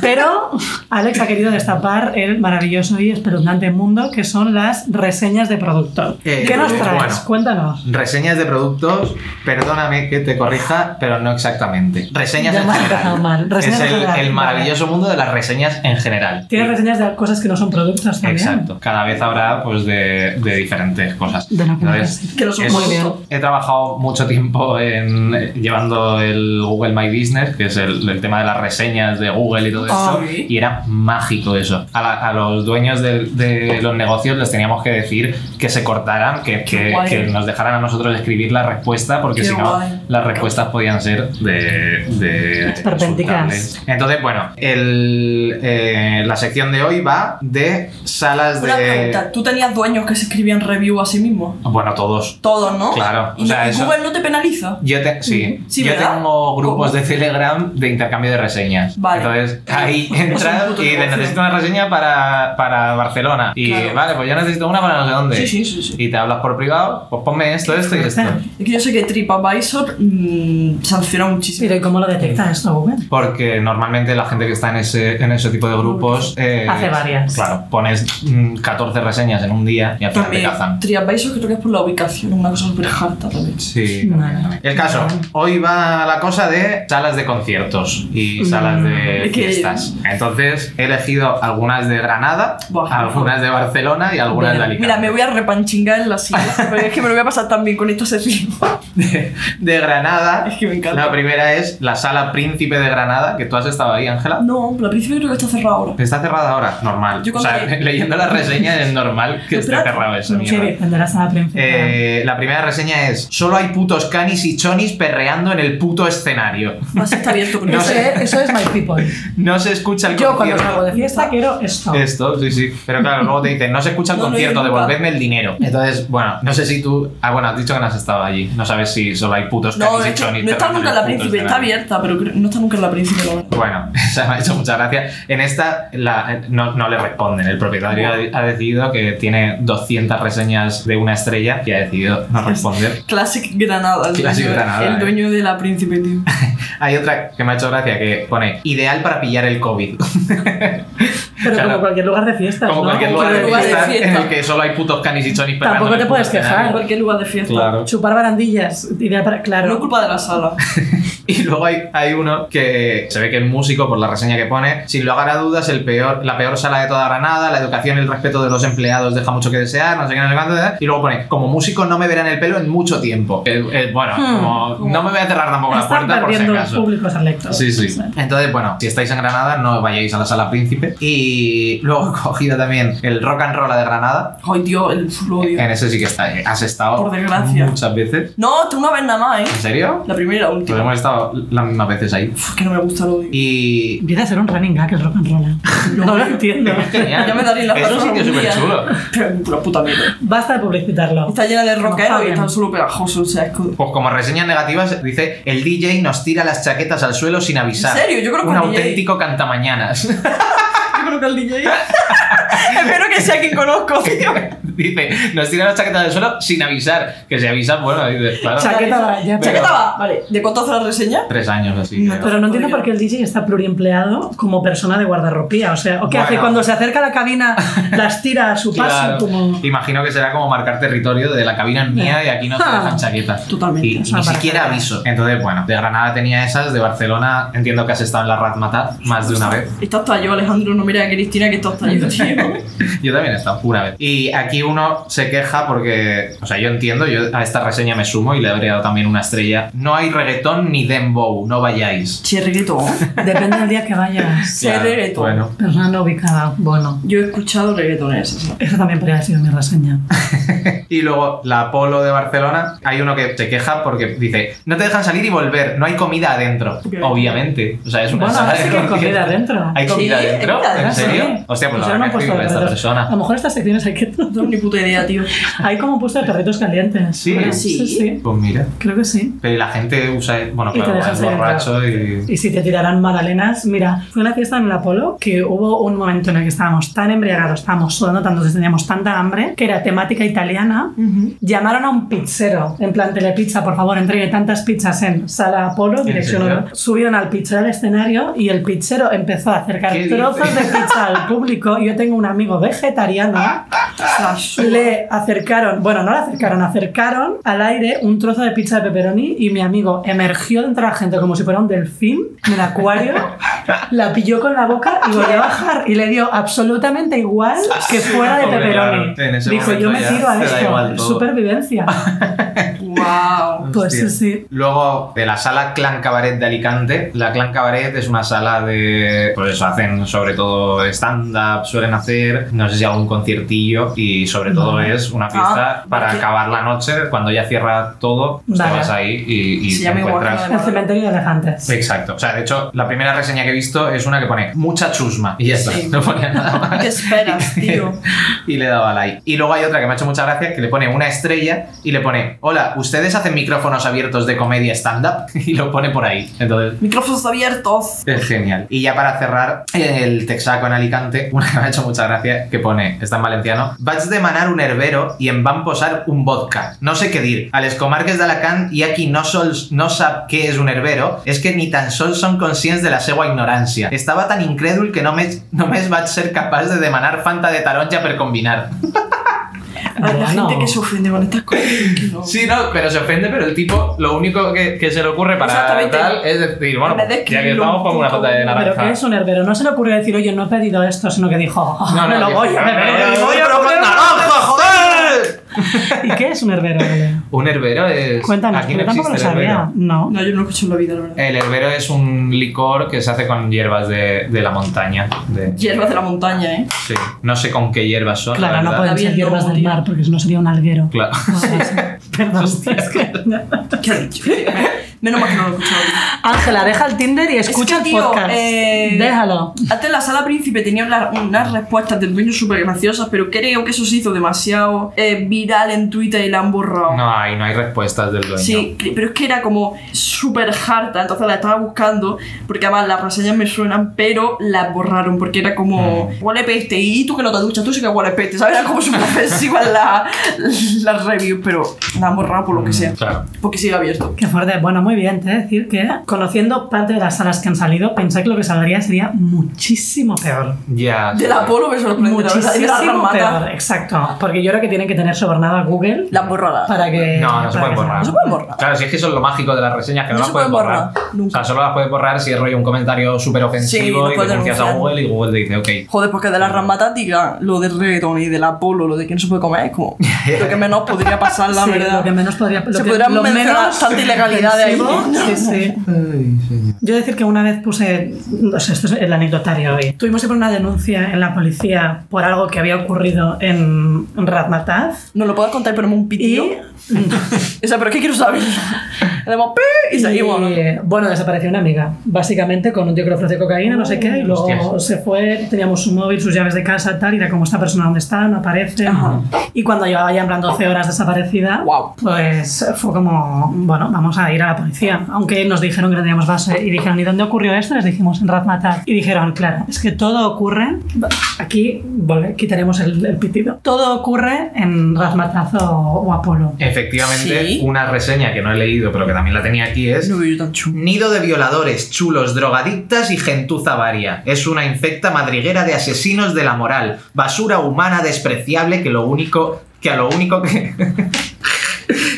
Speaker 1: pero Alex ha querido destapar el maravilloso y espeluznante mundo que son las reseñas de producto.
Speaker 2: Eh,
Speaker 1: ¿Qué nos traes?
Speaker 2: bueno.
Speaker 1: Cuéntanos.
Speaker 2: Reseñas de productos, perdóname que te corrija, pero no exactamente. Reseñas
Speaker 1: Ya
Speaker 2: en
Speaker 1: me has
Speaker 2: general.
Speaker 1: empezado mal. Reseñas
Speaker 2: es
Speaker 1: en
Speaker 2: el,
Speaker 1: general.
Speaker 2: el maravilloso mundo de las reseñas en general.
Speaker 1: Tienes reseñas de cosas que no son productos también.
Speaker 2: Exacto. Cada vez habrá pues de, de diferentes cosas.
Speaker 1: De lo que me
Speaker 2: Entonces,
Speaker 1: parece.
Speaker 3: Que no son
Speaker 2: es-
Speaker 1: Muy bien.
Speaker 2: He trabajado mucho tiempo en eh, llevando el Google My Business, que es el, el tema de las reseñas de Google y todo
Speaker 3: Ah,
Speaker 2: esto,
Speaker 3: sí.
Speaker 2: y era mágico eso. A, la- a los dueños del- de, los negocios les teníamos que decir que se cortaran, que, que-
Speaker 3: guay.
Speaker 2: que nos dejaran a nosotros escribir la respuesta, porque
Speaker 3: Qué
Speaker 2: si no,
Speaker 3: guay.
Speaker 2: las respuestas podían ser de... de
Speaker 1: Esperpénticas.
Speaker 2: insultables. Entonces, bueno, el, eh, la sección de hoy va de salas
Speaker 3: Una
Speaker 2: de...
Speaker 3: pregunta, ¿tú tenías dueños que se escribían review a sí mismos?
Speaker 2: Bueno, todos.
Speaker 3: Todos, ¿no?
Speaker 2: Claro,
Speaker 3: ¿Y
Speaker 2: o sea,
Speaker 3: no- y
Speaker 2: eso-
Speaker 3: Google no te penaliza?
Speaker 2: Yo, te- sí.
Speaker 3: Sí,
Speaker 2: Yo
Speaker 3: ¿verdad?
Speaker 2: tengo grupos
Speaker 3: ¿Cómo?
Speaker 2: de Telegram de intercambio de reseñas.
Speaker 3: Vale.
Speaker 2: Entonces ahí
Speaker 3: Es un
Speaker 2: entras
Speaker 3: puto
Speaker 2: y de
Speaker 3: negocio.
Speaker 2: necesito una reseña para, para Barcelona. Y
Speaker 3: Claro.
Speaker 2: vale, pues yo necesito una para no sé dónde.
Speaker 3: Sí, sí, sí, sí.
Speaker 2: Y te hablas por privado, pues ponme esto, esto y esto.
Speaker 3: Es que yo sé que TripAdvisor mm, sanciona muchísimo.
Speaker 1: Pero ¿y cómo lo detecta esto Google?
Speaker 2: Porque normalmente la gente que está en ese, en ese tipo de grupos. eh,
Speaker 1: Hace varias.
Speaker 2: Claro, pones mm, 14 reseñas en un día y al final te
Speaker 3: También,
Speaker 2: cazan.
Speaker 3: TripAdvisor creo que es por la ubicación, una cosa súper harta también.
Speaker 2: Sí,
Speaker 1: Vale.
Speaker 2: también, también. El caso,
Speaker 1: Vale.
Speaker 2: hoy va la cosa de salas de conciertos y salas de
Speaker 3: Mm, qué
Speaker 2: fiestas. Entonces he elegido algunas de Granada,
Speaker 3: Buah,
Speaker 2: algunas de Barcelona y algunas de
Speaker 1: Mira,
Speaker 2: Alicante.
Speaker 3: Mira, me voy a repanchingar en la silla, pero es que me lo voy a pasar tan bien con esta sección.
Speaker 2: de, de Granada,
Speaker 3: Es que me encanta.
Speaker 2: la primera es la sala Príncipe de Granada, que tú has estado ahí, Ángela.
Speaker 3: No, pero al principio creo que está cerrado ahora.
Speaker 2: Está cerrada ahora, normal.
Speaker 3: Yo
Speaker 2: o sea,
Speaker 3: cuando-
Speaker 2: leyendo las reseñas es normal que esté
Speaker 3: Espérate.
Speaker 2: cerrado eso.
Speaker 1: Sí, tendrás a la prensa.
Speaker 2: Eh, la primera reseña es: Solo hay putos canis y chonis perreando en el puto escenario.
Speaker 3: Así está abierto, pero
Speaker 2: No
Speaker 3: no
Speaker 1: eso,
Speaker 2: sé.
Speaker 3: sé.
Speaker 1: es, eso es My People.
Speaker 2: No se escucha el
Speaker 1: Yo cuando
Speaker 2: concierto.
Speaker 1: salgo de fiesta quiero esto.
Speaker 2: Esto, sí, sí. Pero claro, luego te dicen, no se escucha el
Speaker 3: Ah. No lo
Speaker 2: concierto,
Speaker 3: oí nunca.
Speaker 2: devolvedme el dinero. Entonces, bueno, no sé si tú. Ah, bueno, has dicho que no has estado allí. No sabes si solo hay putos
Speaker 3: No,
Speaker 2: canis y
Speaker 3: es que
Speaker 2: chonis
Speaker 3: no está
Speaker 2: cerrando
Speaker 3: nunca
Speaker 2: el
Speaker 3: en la
Speaker 2: puto
Speaker 3: príncipe, está
Speaker 2: escenario.
Speaker 3: abierta, pero creo- no está nunca en la príncipe, la verdad.
Speaker 2: Bueno, se me ha hecho muchas gracias. En esta la- eh, no, no le responden. El propietario ha, ha decidido que tiene 200 reseñas de una estrella y ha decidido no responder.
Speaker 3: Classic Granada, el,
Speaker 2: Classic
Speaker 3: dueño,
Speaker 2: Granada,
Speaker 3: el
Speaker 2: eh.
Speaker 3: dueño de la príncipe, tío.
Speaker 2: Hay otra que me ha hecho gracia que pone ideal para pillar el COVID.
Speaker 1: Pero
Speaker 2: claro.
Speaker 1: como cualquier lugar de fiesta.
Speaker 2: Como
Speaker 1: ¿no?
Speaker 2: cualquier lugar de
Speaker 3: lugar de
Speaker 2: fiesta en
Speaker 3: fiesta.
Speaker 2: el que solo hay putos canis y chonis
Speaker 1: Tampoco
Speaker 2: perreando en
Speaker 1: te
Speaker 2: el
Speaker 1: puedes
Speaker 2: puto escenario.
Speaker 1: quejar.
Speaker 3: En cualquier lugar de fiesta.
Speaker 2: Claro.
Speaker 1: Chupar barandillas. Idea para,
Speaker 3: No es
Speaker 1: claro.
Speaker 3: culpa de la sala.
Speaker 2: Y luego hay, hay uno que se ve que el músico, por la reseña que pone, sin lugar a dudas, el peor, la peor sala de toda Granada, la educación y el respeto de los empleados deja mucho que desear, no sé qué, no sé cuánto, ¿eh? y luego pone, como músico no me verán el pelo en mucho tiempo. El- el- bueno,
Speaker 1: Hmm.
Speaker 2: como, no me voy a cerrar tampoco la
Speaker 1: Están
Speaker 2: puerta por si
Speaker 1: perdiendo
Speaker 2: acaso.
Speaker 1: públicos electos.
Speaker 2: Sí, sí. Entonces, bueno, si estáis en Granada, no vayáis a la sala príncipe. Y luego he cogido también el rock and roll de Granada.
Speaker 3: Ay, Dios, el lo odio.
Speaker 2: En ese sí que está, eh, has estado
Speaker 3: Por desgracia.
Speaker 2: muchas veces.
Speaker 3: No, tú una vez nada más,
Speaker 2: ¿En
Speaker 3: ¿eh?
Speaker 2: serio?
Speaker 3: La primera y la
Speaker 2: Pues
Speaker 3: última.
Speaker 2: hemos estado las mismas veces ahí.
Speaker 3: Uf, que no me gusta el odio.
Speaker 2: Y
Speaker 1: Empieza a ser un running gag el rock and roll. ¿eh? No lo entiendo.
Speaker 2: Genial.
Speaker 3: Ya me daría la
Speaker 2: Es un
Speaker 3: razón
Speaker 2: sitio
Speaker 3: algún
Speaker 2: súper
Speaker 3: día.
Speaker 2: chulo.
Speaker 3: Pero es pura puta mierda.
Speaker 1: Basta de publicitarlo.
Speaker 3: Está llena de rockeros y
Speaker 1: Fabian.
Speaker 3: están solo pegajosos, o sea, es que-
Speaker 2: Pues como reseñas negativas, dice: el DJ nos tira las chaquetas al suelo sin avisar.
Speaker 3: ¿En serio? Yo creo que
Speaker 2: Un
Speaker 3: el DJ.
Speaker 2: auténtico cantamañanas.
Speaker 3: Yo creo que el DJ. Espero que sea quien conozco, tío.
Speaker 2: dice: nos tira las chaquetas al suelo sin avisar. Que si avisan, bueno, dices, claro.
Speaker 1: Chaqueta. va, ya,
Speaker 3: Chaqueta
Speaker 2: pero-
Speaker 3: va. Vale, ¿de cuánto hace la reseña?
Speaker 2: Tres años así.
Speaker 3: No,
Speaker 2: creo.
Speaker 1: Pero no entiendo por qué el DJ está pluriempleado como persona de guardarropía. O sea, ¿o qué hace
Speaker 2: Bueno.
Speaker 1: cuando se acerca a la cabina? Las tira a su paso
Speaker 2: Claro.
Speaker 1: como...
Speaker 2: Imagino que será como marcar territorio de la cabina es mía y aquí no te
Speaker 1: Ah.
Speaker 2: dejan chaquetas.
Speaker 3: Totalmente.
Speaker 2: Y, y
Speaker 1: O sea,
Speaker 2: ni
Speaker 1: para
Speaker 2: siquiera
Speaker 1: nada.
Speaker 2: aviso. Entonces, bueno, de Granada tenía esas, de Barcelona entiendo que has estado en la Razmataz más de una vez.
Speaker 3: Está hasta yo, Alejandro. No mira a Cristina que está hasta yo, tío.
Speaker 2: Yo también he estado una vez. Y aquí uno se queja porque, o sea, yo entiendo, yo a esta reseña me sumo y le habría dado también una estrella. No hay reggaetón ni dembow, no vayáis.
Speaker 3: Che, reggaetón.
Speaker 1: Depende del día que vayas.
Speaker 3: Sí, hay reggaetón.
Speaker 2: Bueno,
Speaker 1: Persona no ubicada. Bueno.
Speaker 3: Yo he escuchado reggaetones. o sea.
Speaker 1: Eso también podría haber sido mi reseña.
Speaker 2: Ah, y luego la Apolo de Barcelona, hay uno que se queja porque dice, no te dejan salir y volver, no hay comida adentro.
Speaker 3: Ok.
Speaker 2: Obviamente, o sea, es una
Speaker 1: Bueno,
Speaker 2: sala
Speaker 1: ahora
Speaker 2: de
Speaker 1: sí que hay
Speaker 2: concierto.
Speaker 1: comida adentro.
Speaker 2: ¿Hay comida
Speaker 3: Sí, hay
Speaker 2: adentro?
Speaker 3: comida
Speaker 2: ¿En
Speaker 3: adentro,
Speaker 2: serio?
Speaker 1: sí.
Speaker 2: Hostia, pues
Speaker 1: Pues
Speaker 2: la
Speaker 1: yo no he
Speaker 2: verdad que
Speaker 1: puesto
Speaker 2: estoy
Speaker 1: el
Speaker 2: esta
Speaker 1: retos.
Speaker 2: persona.
Speaker 1: A lo mejor estas secciones hay que...
Speaker 3: No tengo ni puta idea, tío.
Speaker 1: hay como puestos de retos calientes.
Speaker 2: Sí.
Speaker 1: Bueno,
Speaker 3: Sí.
Speaker 1: sí.
Speaker 2: Pues mira.
Speaker 1: Creo que sí.
Speaker 2: Pero la gente usa. Bueno,
Speaker 1: Y te
Speaker 2: claro,
Speaker 1: deja
Speaker 2: es
Speaker 1: hacer,
Speaker 2: borracho y.
Speaker 1: Y si te tirarán magdalenas, mira, fue una fiesta en el Apolo que hubo un momento en el que estábamos tan embriagados, estábamos sudando tanto, teníamos tanta hambre, que era temática italiana. Llamaron a un pizzero, en plan telepizza, por favor, entregue tantas pizzas en sala Apolo, dirección
Speaker 2: serio?
Speaker 1: uno. Subieron al pizzero al escenario y el pizzero empezó a acercar
Speaker 2: ¿Qué
Speaker 1: trozos de
Speaker 2: dices? Ah.
Speaker 1: pizza al público. Yo tengo un amigo vegetariano le acercaron, bueno, no le acercaron, acercaron al aire un trozo de pizza de pepperoni y mi amigo emergió de entre la gente como si fuera un delfín del acuario, la pilló con la boca y volvió a bajar y le dio absolutamente igual que fuera de
Speaker 2: Hombre,
Speaker 1: pepperoni.
Speaker 2: claro, en ese
Speaker 1: Dijo,
Speaker 2: momento
Speaker 1: yo me
Speaker 2: ya
Speaker 1: tiro a
Speaker 2: te da igual
Speaker 1: esto,
Speaker 2: todo".
Speaker 1: supervivencia.
Speaker 3: wow.
Speaker 1: Pues sí,
Speaker 2: Hostia.
Speaker 1: sí.
Speaker 2: Luego, de la sala Clan Cabaret de Alicante. La Clan Cabaret es una sala de. Pues eso, hacen sobre todo stand-up, suelen hacer, no sé si algún conciertillo. Y sobre todo es una fiesta
Speaker 3: Ah,
Speaker 2: para
Speaker 3: porque-
Speaker 2: acabar la noche. Cuando ya cierra todo, pues te
Speaker 1: Vale.
Speaker 2: vas ahí y, y
Speaker 3: Se
Speaker 2: te
Speaker 3: llama igual que
Speaker 2: encuentras.
Speaker 1: El cementerio de elefantes.
Speaker 2: Exacto. O sea, de hecho, la primera reseña que he visto es una que pone mucha chusma y ya está.
Speaker 3: Sí.
Speaker 2: No ponía nada más.
Speaker 3: ¿Qué esperas, tío?
Speaker 2: y le daba like. Y luego hay otra que me ha hecho mucha gracia que le pone una estrella y le pone: Hola, ¿ustedes hacen micrófonos abiertos de comedia stand-up? Y lo pone por ahí. Entonces.
Speaker 3: Micrófonos abiertos.
Speaker 2: Es genial. Y ya para cerrar, el Texaco en Alicante, una que me ha hecho mucha gracia, que pone, está en valenciano, vaig demanar un herbero i em van posar un vodka. No sé què dir. A les comarques d'Alacant hi ha qui no sols no sap què és un herbero, és que ni tan sols són conscients de la seva ignorància. Estava tan incrèdul que només, només vaig ser capaç de demanar Fanta de taronja per combinar.
Speaker 3: Hay la
Speaker 1: Bueno.
Speaker 3: gente que se ofende con estas cosas. que no.
Speaker 2: Sí, no, pero se ofende, pero el tipo lo único que, que se le ocurre para
Speaker 3: Exactamente.
Speaker 2: tal es decir, bueno, pues,
Speaker 3: En vez
Speaker 2: ya
Speaker 3: de
Speaker 2: que
Speaker 3: escribirlo
Speaker 2: estamos,
Speaker 3: un
Speaker 2: pongo una
Speaker 3: poco,
Speaker 2: Fanta de naranja.
Speaker 1: Pero que es un herbero. No se le ocurrió decir, oye, no he pedido esto, sino que dijo, "Oh, me lo
Speaker 2: que-
Speaker 1: voy a
Speaker 2: me
Speaker 1: beber.
Speaker 2: lo
Speaker 1: me
Speaker 2: voy a
Speaker 1: beber".
Speaker 2: comer naranja, joder.
Speaker 1: ¿Y qué es un herbero? Ale?
Speaker 2: Un herbero es.
Speaker 1: Cuéntanos,
Speaker 2: Pues aquí
Speaker 1: porque
Speaker 2: no
Speaker 1: tampoco lo
Speaker 2: existe el
Speaker 1: sabía.
Speaker 2: herbero.
Speaker 1: No.
Speaker 3: No, yo no lo he escuchado en la vida, la verdad.
Speaker 2: El herbero es un licor que se hace con hierbas de, de la montaña. de-
Speaker 3: Hierbas de la montaña, ¿eh?
Speaker 2: Sí. No sé con qué hierbas son.
Speaker 1: Claro,
Speaker 2: la
Speaker 1: no
Speaker 2: verdad.
Speaker 1: pueden ser
Speaker 3: Había
Speaker 1: hierbas
Speaker 3: lobo,
Speaker 1: del
Speaker 3: tío.
Speaker 1: mar, porque si no sería un alguero.
Speaker 2: Claro.
Speaker 1: Perdón. es que-
Speaker 3: ¿Qué ha dicho? Menos mal que no lo he escuchado.
Speaker 1: Ángela, deja el Tinder y escucha
Speaker 3: que,
Speaker 1: el
Speaker 3: tío,
Speaker 1: podcast.
Speaker 3: eh,
Speaker 1: Déjalo.
Speaker 3: Antes en la sala príncipe tenía una- unas respuestas del dueño súper graciosas, pero creo que eso se hizo demasiado eh, viral en Twitter y la han borrado.
Speaker 2: No hay, no hay respuestas del dueño.
Speaker 3: Sí, cre- pero es que era como súper harta, entonces la estaba buscando, porque además las reseñas me suenan, pero las borraron, porque era como,
Speaker 2: Mm.
Speaker 3: huele peste, y tú que no te duchas, tú sí que huele peste, ¿sabes? Era como súper ofensiva la, la review, pero la han borrado por lo que sea,
Speaker 2: Mm, Claro.
Speaker 3: porque sigue abierto.
Speaker 1: Qué fuerte. Bueno, muy bien. Te he de decir que, conociendo parte de las salas que han salido, pensé que lo que saldría sería muchísimo peor.
Speaker 2: Ya.
Speaker 3: Del Apolo me sorprende, la verdad, y de la
Speaker 1: Muchísimo
Speaker 3: Ramada.
Speaker 1: peor. Exacto. Porque yo creo que tienen que tener sobornado a Google
Speaker 3: La borrada.
Speaker 1: para que.
Speaker 2: No, no se
Speaker 1: para
Speaker 2: pueden
Speaker 1: que-
Speaker 2: borrar.
Speaker 3: No se pueden borrar.
Speaker 2: Claro, si es que eso es lo mágico de las reseñas, que no,
Speaker 3: No
Speaker 2: las
Speaker 3: se
Speaker 2: pueden
Speaker 3: pueden
Speaker 2: borrar.
Speaker 3: borrar,
Speaker 2: O
Speaker 3: nunca.
Speaker 2: sea, solo las puedes borrar si es rollo un comentario súper ofensivo
Speaker 3: Sí, lo
Speaker 2: y
Speaker 3: puedes
Speaker 2: denuncias a
Speaker 3: denunciar.
Speaker 2: Google y Google te dice, ok,
Speaker 3: Joder, porque de las ramatas diga lo del reggaetón y del Apolo, lo de que no se puede comer, es como lo que menos podría pasar, la
Speaker 1: Sí,
Speaker 3: verdad.
Speaker 1: lo que menos podría. Lo
Speaker 3: se
Speaker 1: que-
Speaker 3: podrían
Speaker 1: lo
Speaker 3: mencionar bastante ilegalidad de
Speaker 1: ofensivo.
Speaker 3: ahí.
Speaker 1: Sí, sí. Yo decir que una vez puse, no sé, esto es el anecdotario hoy, tuvimos que poner una denuncia en la policía por algo que había ocurrido en Ratmataz
Speaker 3: No lo puedo contar, pero me un
Speaker 1: y,
Speaker 3: pitido. O sea, pero ¿qué quiero saber? Hacemos pi y
Speaker 1: y, eh,
Speaker 3: seguimos. ¿no?
Speaker 1: bueno, desapareció una amiga, básicamente con un tío que le ofreció cocaína, no sé qué, y luego
Speaker 2: Hostias.
Speaker 1: se fue, teníamos su móvil, sus llaves de casa, tal, y era como esta persona dónde está, no aparece.
Speaker 3: Ajá.
Speaker 1: Y cuando llevaba ya en plan 12 horas desaparecida,
Speaker 3: Guau.
Speaker 1: pues fue como, bueno, vamos a ir a la policía. Aunque nos dijeron que no teníamos base y dijeron, ¿y dónde ocurrió esto? Les dijimos en Razmatar. Y dijeron, claro, es que todo ocurre, aquí vale, quitaremos el, el pitido, todo ocurre en Razmatazo o Apolo.
Speaker 2: Efectivamente,
Speaker 3: Sí.
Speaker 2: una reseña que no he leído, pero que también la tenía aquí es
Speaker 3: No veo yo tan chulo.
Speaker 2: Nido de violadores, chulos, drogadictas y gentuza varia. Es una infecta madriguera de asesinos de la moral, basura humana despreciable que lo único que a lo único que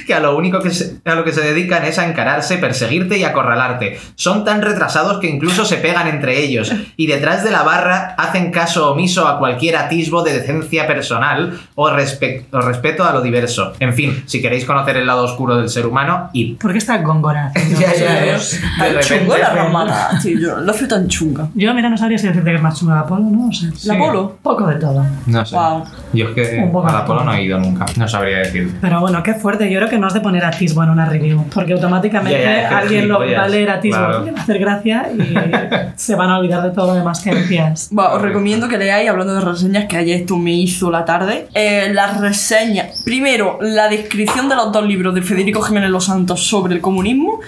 Speaker 2: que a lo único que se- a lo que se dedican es a encararse, perseguirte y acorralarte. Son tan retrasados que incluso se pegan entre ellos y detrás de la barra hacen caso omiso a cualquier atisbo de decencia personal o, respe- o respeto a lo diverso. En fin, si queréis conocer el lado oscuro del ser humano, id.
Speaker 1: ¿Por qué está Góngora?
Speaker 2: Ya, ya, ya.
Speaker 3: Tan
Speaker 2: De
Speaker 3: chungo
Speaker 2: repente-
Speaker 3: la ramada. Sí, yo lo veo tan chunga.
Speaker 1: Yo, mira, no sabría si decirte que es más chunga Apolo, ¿no? O sea,
Speaker 3: ¿La polo?
Speaker 1: poco de todo.
Speaker 2: No sé.
Speaker 3: Wow.
Speaker 2: Yo es que
Speaker 1: Un poco.
Speaker 2: a la polo no he ido nunca. No sabría decir.
Speaker 1: Pero bueno, qué fuerte. Yo creo que no has de poner a Tisbo en una review, porque automáticamente
Speaker 2: Ya, ya, es que
Speaker 1: alguien lo va a
Speaker 2: gilipollas,
Speaker 1: leer a Tisbo,
Speaker 2: claro.
Speaker 1: le va a hacer gracia y se van a olvidar de todo lo demás que decías.
Speaker 3: Va, os recomiendo que leáis, hablando de reseñas, que ayer esto me hizo la tarde. eh, las reseñas. Primero, la descripción de los dos libros de Federico Jiménez Los Santos sobre el comunismo.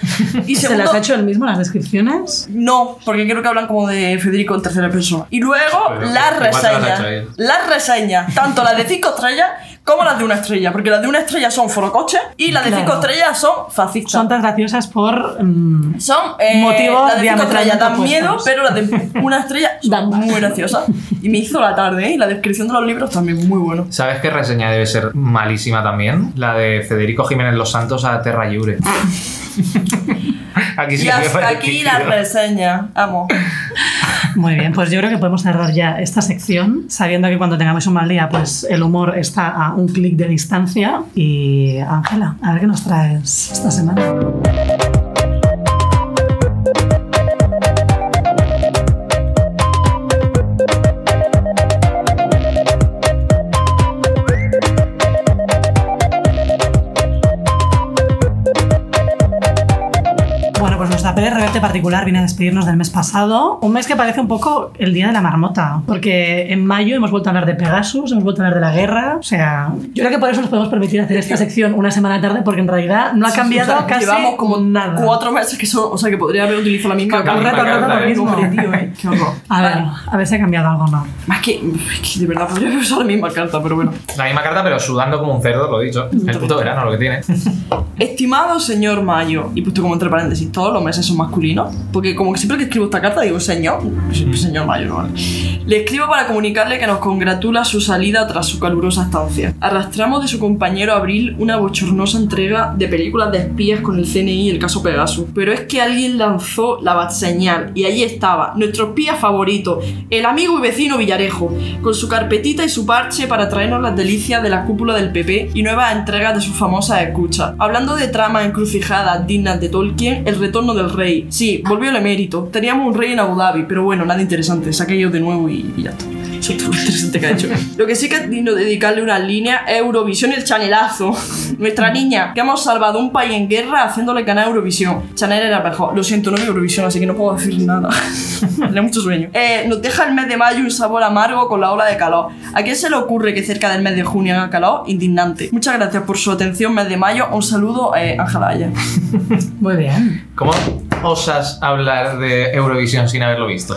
Speaker 3: Y
Speaker 1: ¿Se
Speaker 3: segundo,
Speaker 1: las ha hecho él mismo las descripciones?
Speaker 3: No, porque creo que hablan como de Federico en tercera persona. Y luego
Speaker 2: Pero,
Speaker 3: las
Speaker 2: igual te las ha
Speaker 3: reseñas.
Speaker 2: hecho él.
Speaker 3: Las reseñas, tanto las de 5 estrellas como las de una estrella. Porque las de una estrella son forocoches y las de 5
Speaker 1: Claro.
Speaker 3: estrellas son fascistas.
Speaker 1: Son tan graciosas por... mm,
Speaker 3: Son eh,
Speaker 1: Motivos
Speaker 3: las de cinco
Speaker 1: diametralmente
Speaker 3: estrellas dan
Speaker 1: opuestos.
Speaker 3: miedo, pero las de una estrella
Speaker 1: Dan
Speaker 3: son
Speaker 1: más.
Speaker 3: muy graciosas. Y me hizo la tarde, ¿eh? Y la descripción de los libros también muy bueno.
Speaker 2: ¿Sabes qué reseña debe ser malísima también? La de Federico Jiménez Los Santos a Terra Lliure. aquí sí que
Speaker 3: Y
Speaker 2: me
Speaker 3: hasta
Speaker 2: parece
Speaker 3: aquí
Speaker 2: que-
Speaker 3: la reseña. Amo.
Speaker 1: Muy bien, pues yo creo que podemos cerrar ya esta sección, sabiendo que cuando tengamos un mal día, pues el humor está a un clic de distancia. Y Ángela, a ver qué nos traes esta semana. Bueno, pues nuestra Pérez Reverte particular viene a despedirnos del mes pasado, un mes que parece un poco el día de la marmota, porque en mayo hemos vuelto a hablar de Pegasus, hemos vuelto a hablar de la guerra, o sea, yo creo que por eso nos podemos permitir hacer esta sección una semana tarde, porque en realidad no ha cambiado
Speaker 3: O sea,
Speaker 1: casi
Speaker 3: Llevamos como
Speaker 1: nada.
Speaker 3: cuatro meses que son. O sea, que podría haber utilizado la misma.
Speaker 2: Claro,
Speaker 1: Al
Speaker 3: carta.
Speaker 1: rato, al rato,
Speaker 2: Carta,
Speaker 1: lo
Speaker 2: eh.
Speaker 1: mismo.
Speaker 3: Hombre, tío, ¿eh? Qué horror.
Speaker 1: A ver,
Speaker 3: Vale.
Speaker 1: a ver si ha cambiado algo o no.
Speaker 3: Más que, es que de verdad podría haber usado la misma carta, pero bueno.
Speaker 2: La misma carta, pero sudando como un cerdo, lo he dicho. El puto verano, lo que tiene.
Speaker 3: Estimado señor Mayo, y puesto como entre paréntesis, todos los meses son masculinos, porque como que siempre que escribo esta carta digo señor, siempre señor Mayo, no vale. Le escribo para comunicarle que nos congratula su salida tras su calurosa estancia. Arrastramos de su compañero Abril una bochornosa entrega de películas de espías con el CNI y el caso Pegasus, pero es que alguien lanzó la batseñal y allí estaba, nuestro espía favorito, el amigo y vecino Villarejo, con su carpetita y su parche para traernos las delicias de la cúpula del PP y nuevas entregas de sus famosas escuchas. Hablando de tramas encrucijadas dignas de Tolkien, el retorno del rey. Sí, volvió el emérito. Teníamos un rey en Abu Dhabi, pero bueno, nada interesante. Saqué yo de nuevo y, y ya está. Eso es todo lo interesante que ha hecho. este Lo que sí que es digno de dedicarle una línea es Eurovisión y el chanelazo. Nuestra niña, que hemos salvado un país en guerra haciéndole ganar Eurovisión. Chanel era mejor. Lo siento, no vi Eurovisión, así que no puedo decir nada. Tenía mucho sueño. Eh, nos deja el mes de mayo un sabor amargo con la ola de calor. ¿A quién se le ocurre que cerca del mes de junio haga calor? Indignante. Muchas gracias por su atención, mes de mayo. Un saludo, eh, Ángela Aya.
Speaker 1: Muy bien.
Speaker 2: ¿Cómo osas hablar de Eurovisión sin haberlo visto?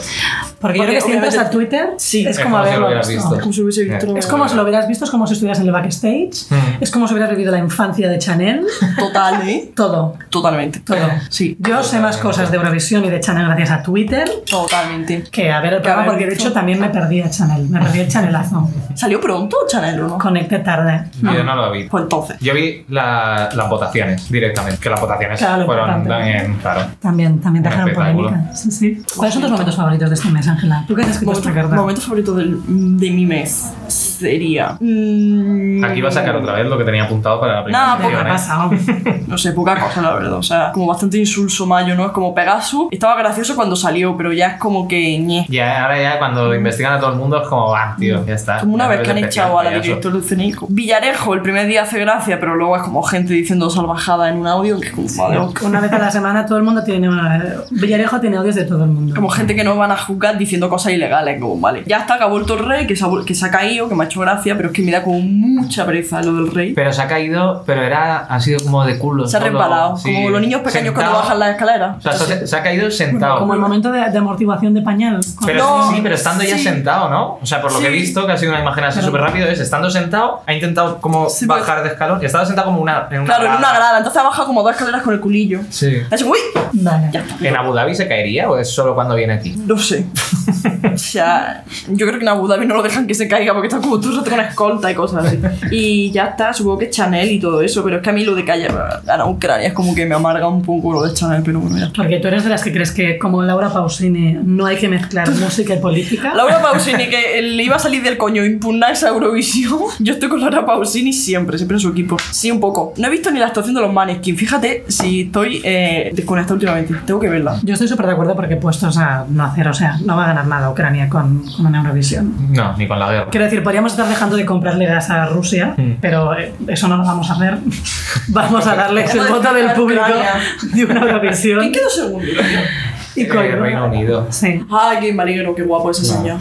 Speaker 1: Porque, yo
Speaker 3: Porque
Speaker 1: creo que si entras
Speaker 3: obviamente-
Speaker 1: a Twitter,
Speaker 3: Sí.
Speaker 1: es
Speaker 2: Es
Speaker 1: como
Speaker 2: como si lo
Speaker 1: haberlo
Speaker 2: hubieras
Speaker 1: visto.
Speaker 2: visto.
Speaker 3: Como si hubiese visto-
Speaker 1: Es como si lo hubieras visto, es como si estuvieras en el backstage,
Speaker 2: Mm.
Speaker 1: es como si hubieras vivido la infancia de Chanel,
Speaker 3: Total, ¿eh?
Speaker 1: todo,
Speaker 3: Totalmente.
Speaker 1: todo.
Speaker 3: Sí.
Speaker 1: Yo sé más cosas de Eurovisión y de Chanel gracias a Twitter
Speaker 3: Totalmente.
Speaker 1: que a ver el
Speaker 3: Que Ah. a
Speaker 1: programa,
Speaker 3: ver,
Speaker 1: porque de
Speaker 3: tú.
Speaker 1: hecho también me perdí a Chanel, me perdí el Chanelazo.
Speaker 3: ¿Salió pronto Chanel o no?
Speaker 1: Conecté tarde.
Speaker 2: Yo no lo vi.
Speaker 3: Pues entonces.
Speaker 2: Yo vi la- las votaciones directamente, que las votaciones
Speaker 1: Claro, lo
Speaker 2: fueron
Speaker 1: importante.
Speaker 2: también, claro.
Speaker 1: También, también
Speaker 2: Un
Speaker 1: trajeron
Speaker 2: espectáculo.
Speaker 1: polémica. Sí, sí. ¿Cuáles son tus momentos favoritos de este mes, Ángela? ¿Tú qué has escrito
Speaker 3: Momento,
Speaker 1: esta carta?
Speaker 3: momento favorito del- de mi mes sería. mm,
Speaker 2: Aquí va a sacar otra vez lo que tenía apuntado para la primera
Speaker 3: Nada,
Speaker 1: ¿Qué
Speaker 2: sección,
Speaker 1: ha
Speaker 2: ¿eh?
Speaker 1: pasado?
Speaker 3: No sé, poca cosa, la verdad. O sea, como bastante insulso mayo, ¿no? Es como Pegasus. Estaba gracioso cuando salió, pero ya es como que ñe.
Speaker 2: Ya, ahora ya cuando investigan a todo el mundo es como, ah, tío, ya está.
Speaker 3: Mm. Como una
Speaker 2: Ya
Speaker 3: vez
Speaker 2: no
Speaker 3: que han
Speaker 2: es especial,
Speaker 3: echado a la
Speaker 2: payaso.
Speaker 3: directora del CNICO. Villarejo, el primer día hace gracia, pero luego es como gente diciendo salvajada en un audio. Que es como, madre,
Speaker 1: Una vez a la semana todo el mundo tiene... eh, Villarejo tiene audios de todo el mundo.
Speaker 3: Como gente que no van a juzgar diciendo cosas ilegales, como vale. Ya está, que ha vuelto el rey, que se ha, vuel- que se ha caído, que me ha hecho gracia, pero es que me da como mucha pereza lo del rey.
Speaker 2: Pero se ha caído, pero era, ha sido como de culo.
Speaker 3: Se ha
Speaker 2: solo,
Speaker 3: resbalado,
Speaker 2: sí,
Speaker 3: como los niños pequeños cuando
Speaker 2: sentado.
Speaker 3: bajan las escaleras.
Speaker 2: O sea, se, ha- se ha caído sentado.
Speaker 1: Como el momento de, de amortiguación de pañal.
Speaker 2: Pero
Speaker 3: No,
Speaker 2: sí, pero estando ya
Speaker 3: sí.
Speaker 2: sentado, ¿no? O sea, por lo que he
Speaker 3: Sí.
Speaker 2: visto, que ha sido una imagen así súper rápido, es estando sentado, ha intentado como
Speaker 3: Sí, pero-
Speaker 2: bajar de escalón y estaba sentado como una, en una.
Speaker 3: Claro, en
Speaker 2: grada.
Speaker 3: una grada, entonces ha bajado como dos escaleras con el culillo.
Speaker 2: Sí.
Speaker 3: Ha hecho, uy,
Speaker 1: Vale.
Speaker 3: ya está.
Speaker 2: ¿En Abu Dhabi se caería o es solo cuando viene aquí?
Speaker 3: No sé. O sea, yo creo que en Abu Dhabi no lo dejan que se caiga porque está como tú rato con escolta y cosas así. Y ya está, supongo que Chanel y todo eso, pero es que a mí lo de que haya ganado Ucrania es como que me amarga un poco lo de Chanel, pero bueno, ya está.
Speaker 1: Porque tú eres de las que crees que, como Laura Pausini, no hay que mezclar música y política.
Speaker 3: Laura Pausini, que le iba a salir del coño impugnar esa Eurovisión. Yo estoy con Laura Pausini siempre, siempre en su equipo. Sí, un poco. No he visto ni la actuación de los Maneskin. Fíjate si estoy eh, desconectada Efectivamente, tengo que verla.
Speaker 1: Yo estoy súper de acuerdo porque puestos a no hacer, o sea, no va a ganar nada Ucrania con, con una Eurovisión.
Speaker 2: No, ni con la guerra.
Speaker 1: Quiero decir, podríamos estar dejando de comprarle gas a Rusia,
Speaker 2: Mm.
Speaker 1: pero eh, eso no lo vamos a hacer. Vamos a darles el voto del público de una Eurovisión.
Speaker 3: ¿Quién quedó segundo?
Speaker 1: Y
Speaker 2: Eh,
Speaker 1: con-
Speaker 2: Reino Unido.
Speaker 1: Sí,
Speaker 3: Ay, qué maligno, qué guapo esa
Speaker 2: No.
Speaker 3: señora.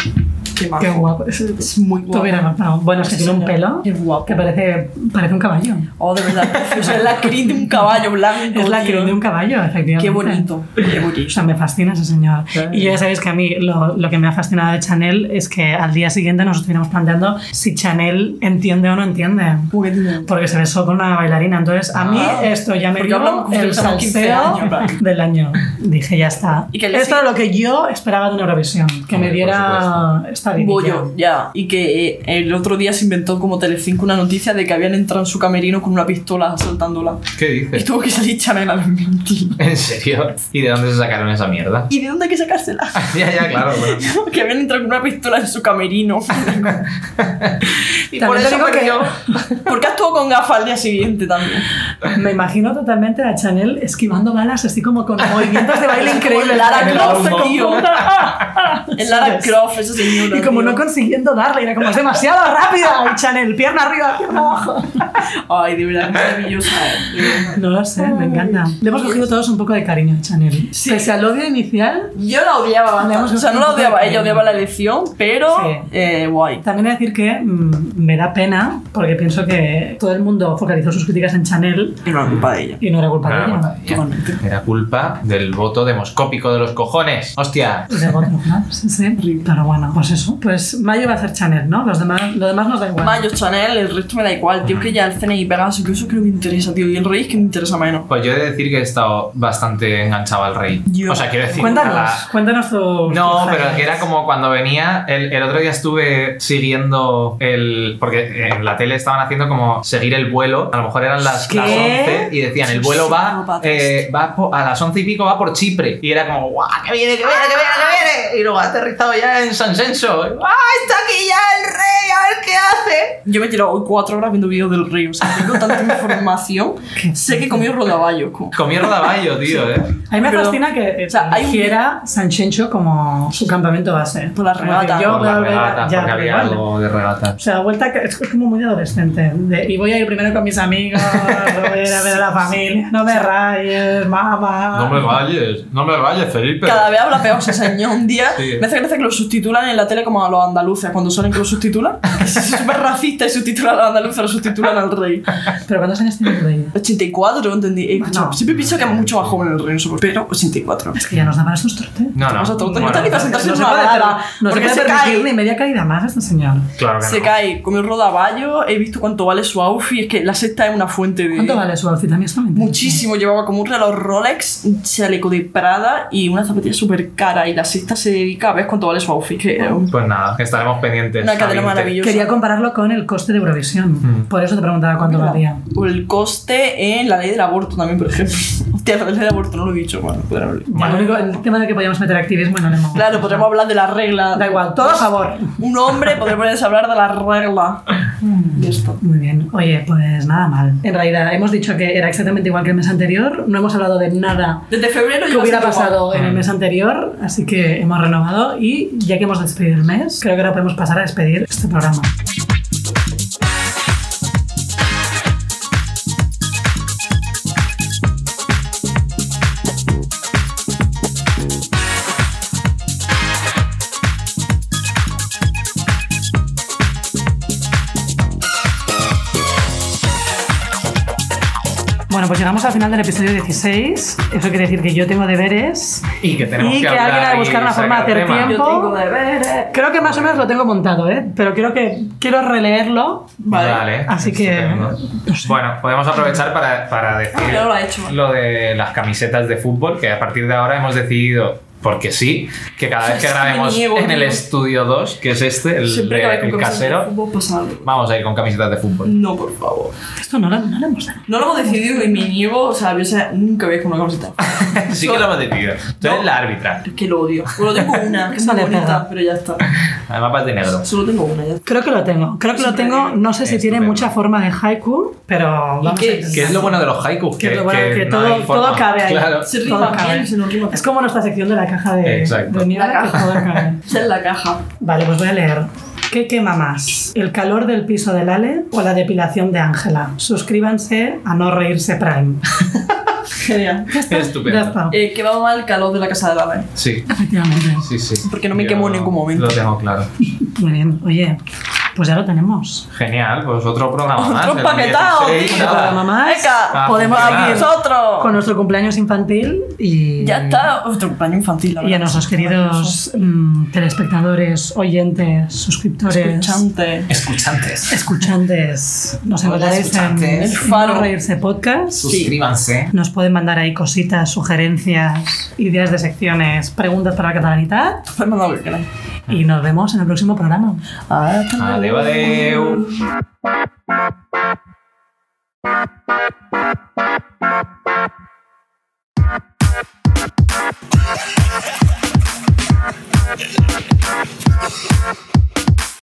Speaker 3: Qué
Speaker 1: qué
Speaker 3: majo.
Speaker 1: guapo. Es,
Speaker 3: Es muy guapo.
Speaker 1: Tuviera más, pero bueno, es que
Speaker 3: Sí,
Speaker 1: tiene un
Speaker 3: señor.
Speaker 1: pelo
Speaker 3: Qué guapo.
Speaker 1: que parece, parece un caballo.
Speaker 3: Oh, de verdad, precioso. Es la crin de un caballo blanco.
Speaker 1: Es la
Speaker 3: tío.
Speaker 1: crin de un caballo, efectivamente.
Speaker 3: Qué bonito. Qué bonito.
Speaker 1: O sea, me fascina ese señor.
Speaker 3: Sí.
Speaker 2: Eh.
Speaker 1: Y ya sabéis que a mí lo, lo que me ha fascinado de Chanel es que al día siguiente nos estuviéramos planteando si Chanel entiende o no entiende.
Speaker 3: Juguetino.
Speaker 1: Porque se besó con una bailarina. Entonces, a mí
Speaker 3: Ah.
Speaker 1: esto ya me
Speaker 3: Porque hablan
Speaker 1: dio
Speaker 3: como si
Speaker 1: el
Speaker 3: tuviéramos 15
Speaker 1: salseo
Speaker 3: años.
Speaker 1: del año. Dije, ya está.
Speaker 3: Y que le
Speaker 1: esto
Speaker 3: sigue-
Speaker 1: es lo que yo esperaba de una Eurovisión. Que
Speaker 2: Hombre,
Speaker 1: me
Speaker 2: por
Speaker 1: diera esta vidilla.
Speaker 3: Bollo, ya. Y que eh, el otro día se inventó como Telecinco una noticia de que habían entrado en su camerino con una pistola asaltándola.
Speaker 2: ¿Qué
Speaker 3: Y
Speaker 2: dices?
Speaker 3: tuvo que salir Chanel a desmentir.
Speaker 2: ¿En serio? ¿Y de dónde se sacaron esa mierda?
Speaker 3: ¿Y de dónde hay que sacársela?
Speaker 2: ya, ya, claro. bueno.
Speaker 3: que habían entrado con una pistola en su camerino. y
Speaker 1: También
Speaker 3: por
Speaker 1: te
Speaker 3: eso
Speaker 1: digo que-
Speaker 3: perdió.
Speaker 2: Ah,
Speaker 3: Porque actuó con gafas al día siguiente también.
Speaker 1: Me imagino totalmente a Chanel esquivando balas, así como con movimientos de baile
Speaker 3: Es como
Speaker 1: increíbles.
Speaker 3: Lara Croft,
Speaker 1: como-
Speaker 3: tío. El Lara Croft, esa señora.
Speaker 1: Y como
Speaker 3: tío.
Speaker 1: no consiguiendo darle, era como es demasiado rápida. Y Chanel, pierna arriba, pierna abajo.
Speaker 3: Ay, de verdad, maravillosa. de verdad.
Speaker 1: No lo sé, me encanta. Le hemos cogido todos un poco de cariño a Chanel.
Speaker 3: Sí.
Speaker 1: Pese al odio inicial,
Speaker 3: Yo la odiaba bastante. O sea, no la odiaba, ella odiaba la elección, pero
Speaker 1: Sí.
Speaker 3: eh, guay.
Speaker 1: también he de decir que mm, me da pena porque pienso que todo el mundo focalizó sus críticas en Chanel
Speaker 3: Y no era culpa de ella.
Speaker 1: y no era culpa de
Speaker 2: Claro,
Speaker 1: ella.
Speaker 3: Totalmente.
Speaker 2: Era culpa del voto demoscópico de los cojones. ¡Hostia!
Speaker 1: De otro, ¿no? Sí, sí. Pero bueno, pues eso. Pues Mayo va a ser Chanel, ¿no? Los demás, lo demás nos da igual.
Speaker 3: Mayo, Chanel, el resto me da igual, tío, que ya el CNI y Pegasus, que eso es que no me interesa, tío, y el Rey es que me interesa menos.
Speaker 2: Pues yo he de decir que he estado bastante enganchado al rey.
Speaker 3: Yo-
Speaker 2: O sea, quiero decir.
Speaker 1: Cuéntanos,
Speaker 2: a la-
Speaker 1: cuéntanos tu.
Speaker 2: No,
Speaker 1: tus
Speaker 2: pero que
Speaker 1: highlights.
Speaker 2: era como cuando venía. El, el otro día estuve siguiendo el. Porque en la tele estaban haciendo como seguir el vuelo. A lo mejor eran las,
Speaker 1: ¿Qué?
Speaker 2: las 11 y decían: el vuelo va.
Speaker 3: Psicópatas.
Speaker 2: eh, va po- a las 11 y pico va por Chipre. Y era como: ¡guau! ¡Que viene, que viene, que viene, que viene! Y luego ha aterrizado ya en San Senso. ¡Ah! Está aquí ya el rey, a ver qué hace.
Speaker 3: Yo me he tirado hoy cuatro horas viendo vídeos del Rey, o sea, tengo tanta información, sé que comió rodaballo. co-
Speaker 2: Comió rodaballo, tío, ¿eh?
Speaker 1: A mí me
Speaker 3: Pero-
Speaker 1: fascina que
Speaker 3: o sea, hay un-
Speaker 1: eligiera San Chencho como su campamento base.
Speaker 3: Por la regata.
Speaker 1: Porque Yo
Speaker 2: Por
Speaker 1: voy a
Speaker 2: la
Speaker 1: volver a-
Speaker 2: regata,
Speaker 1: ya,
Speaker 2: porque había
Speaker 1: vale.
Speaker 2: algo de regata.
Speaker 1: O sea, vuelta que es como muy adolescente. de- y voy a ir primero con mis amigos, voy a ir a ver a la familia. No me rayes, mamá.
Speaker 2: vayas, no me vayas, Felipe.
Speaker 3: Cada vez habla peor ese señor. Un día
Speaker 2: Sí.
Speaker 3: me hace gracia que lo sustitulan en la tele como a los andaluces, cuando salen que lo sustitulan. que Es súper racista y sustitulan a los andaluces, lo sustitulan al rey.
Speaker 1: Pero ¿cuántos años tiene el rey?
Speaker 3: 84, entendí. Eh, escucha,
Speaker 1: No.
Speaker 3: Siempre pienso que es mucho más joven el rey, no sé por qué, pero 84.
Speaker 1: Es que ya nos da para sus tortes.
Speaker 2: No, no.
Speaker 3: O sea, tú- tú-
Speaker 2: Bueno,
Speaker 3: no te
Speaker 1: No
Speaker 3: quitas sentarse
Speaker 1: se
Speaker 3: en
Speaker 1: puede,
Speaker 3: una grada,
Speaker 1: permitir- no se
Speaker 3: porque
Speaker 1: puede
Speaker 3: se
Speaker 1: permitir
Speaker 3: cae.
Speaker 1: ni media caída más a este señor.
Speaker 2: Claro que
Speaker 3: Se
Speaker 2: no.
Speaker 3: cae, come un rodaballo, he visto cuánto vale su outfit, es que la sexta es una fuente de...
Speaker 1: ¿Cuánto vale su outfit? A mí esto me interesa.
Speaker 3: Muchísimo, llevaba como un reloj Rolex, un chaleco de Prada y una zapatilla súper cara y la sexta se dedica a ver cuánto vale su outfit, que es un-
Speaker 2: Pues nada, estaremos pendientes.
Speaker 3: una cadena
Speaker 2: Aviente.
Speaker 3: maravillosa.
Speaker 1: Quería compararlo con el coste de Eurovisión.
Speaker 2: Mm.
Speaker 1: Por eso te preguntaba cuánto valía.
Speaker 3: O el coste en la ley del aborto también, por ejemplo. Hostia, la ley del aborto no lo he dicho, bueno, podrá haberlo.
Speaker 1: Ya, lo único- el tema de que podíamos meter activismo no le hemos.
Speaker 3: Claro, podremos hablar de la regla.
Speaker 1: Da igual, todo a favor.
Speaker 3: Un hombre podría ponerse a hablar de la regla.
Speaker 2: Mm.
Speaker 3: Y esto.
Speaker 1: Muy bien, oye, pues nada mal. En realidad, hemos dicho que era exactamente igual que el mes anterior, no hemos hablado de nada
Speaker 3: Desde febrero
Speaker 1: que
Speaker 3: lleva
Speaker 1: hubiera
Speaker 3: siendo guapo.
Speaker 1: pasado en el
Speaker 2: Ah.
Speaker 1: mes anterior, así que hemos renovado y ya que hemos despedido el mes, creo que ahora podemos pasar a despedir este programa. Bueno, pues llegamos al final del episodio 16. Eso quiere decir que yo tengo deberes
Speaker 2: Y que tenemos
Speaker 1: y que,
Speaker 2: hablar
Speaker 1: alguien ha de
Speaker 2: y
Speaker 1: buscar una
Speaker 2: sacar
Speaker 1: forma de hacer
Speaker 2: tema.
Speaker 1: tiempo.
Speaker 3: Yo tengo deberes.
Speaker 1: Creo que más o menos lo tengo montado, ¿eh? Pero creo que quiero releerlo.
Speaker 3: Vale.
Speaker 1: Así que- Ah,
Speaker 2: estupendo. Bueno, podemos aprovechar para, para decir
Speaker 3: ya lo ha hecho.
Speaker 2: lo de las camisetas de fútbol, que a partir de ahora hemos decidido, porque sí, que cada vez que
Speaker 3: Es que me
Speaker 2: grabemos
Speaker 3: niego,
Speaker 2: en el
Speaker 3: tío.
Speaker 2: estudio 2, que es este, el,
Speaker 3: Siempre
Speaker 2: de-
Speaker 3: que vaya con
Speaker 2: el
Speaker 3: camisetas de
Speaker 2: casero,
Speaker 3: fútbol pasa algo.
Speaker 2: vamos a ir con camisetas de fútbol.
Speaker 1: Mm.
Speaker 3: No, por favor.
Speaker 1: Esto no lo, no lo hemos dado.
Speaker 3: No lo hemos decidido y me niego, o sea, yo sé, nunca veis con una camiseta.
Speaker 2: sí que lo hemos decidido. Tú eres la árbitra.
Speaker 3: Es que lo odio. Bueno, tengo una, que es
Speaker 1: Vale,
Speaker 3: bonita,
Speaker 1: perdón.
Speaker 3: pero ya está.
Speaker 2: El mapa es de negro.
Speaker 3: Solo tengo una ya.
Speaker 1: Creo que lo tengo. Creo que lo tengo. No sé si tiene
Speaker 2: Estupendo.
Speaker 1: mucha forma de haiku, pero vamos
Speaker 3: qué?
Speaker 1: a intentar.
Speaker 2: Que es lo bueno de los haikus, que,
Speaker 1: Que es lo bueno,
Speaker 2: que
Speaker 1: que
Speaker 2: no
Speaker 1: todo,
Speaker 2: hay forma.
Speaker 1: todo cabe ahí.
Speaker 2: Claro.
Speaker 3: Se
Speaker 1: Todo
Speaker 3: rima
Speaker 1: cabe.
Speaker 3: bien, se nos rima.
Speaker 1: Es como nuestra sección de la caja de,
Speaker 2: Exacto.
Speaker 1: de mierda,
Speaker 3: La caja.
Speaker 1: que todo cabe.
Speaker 3: Esa es la caja.
Speaker 1: Vale, pues voy a leer. ¿Qué quema más? ¿El calor del piso de Lale o la depilación de Ángela? Suscríbanse a No Reírse Prime.
Speaker 3: Genial.
Speaker 1: Ya
Speaker 2: Estupendo.
Speaker 1: está.
Speaker 3: Eh, que va mal el calor de la casa de eh. la madre.
Speaker 2: Sí,
Speaker 1: Efectivamente.
Speaker 2: sí, sí.
Speaker 3: Porque no me
Speaker 2: Yo
Speaker 3: quemo en ningún momento.
Speaker 2: Lo tengo claro.
Speaker 1: Muy bien. Oye, pues ya lo tenemos.
Speaker 2: Genial, pues otro programa más.
Speaker 3: Otro
Speaker 2: el
Speaker 3: paquetado,
Speaker 2: 16,
Speaker 3: tío.
Speaker 2: nada.
Speaker 1: Programa más.
Speaker 3: Venga,
Speaker 2: Ah,
Speaker 1: Podemos
Speaker 2: genial.
Speaker 1: seguir
Speaker 3: ¡Vosotros!
Speaker 1: con nuestro cumpleaños infantil y...
Speaker 3: Ya está. Otro cumpleaños infantil, la
Speaker 1: Y a
Speaker 3: verdad.
Speaker 1: nuestros queridos mm, telespectadores, oyentes, suscriptores,
Speaker 3: Escuchante.
Speaker 2: Escuchantes,
Speaker 1: escuchantes, nos
Speaker 2: Hola,
Speaker 1: encontráis en
Speaker 2: escuchantes.
Speaker 3: El faro.
Speaker 1: No Reírse Podcast.
Speaker 2: suscríbanse.
Speaker 1: Nos pueden mandar ahí cositas, sugerencias, ideas de secciones, preguntas para la catalanidad
Speaker 3: Fue mandado que queráis.
Speaker 1: y nos vemos en el próximo programa.
Speaker 3: Hasta luego.
Speaker 2: Adeu, adeu.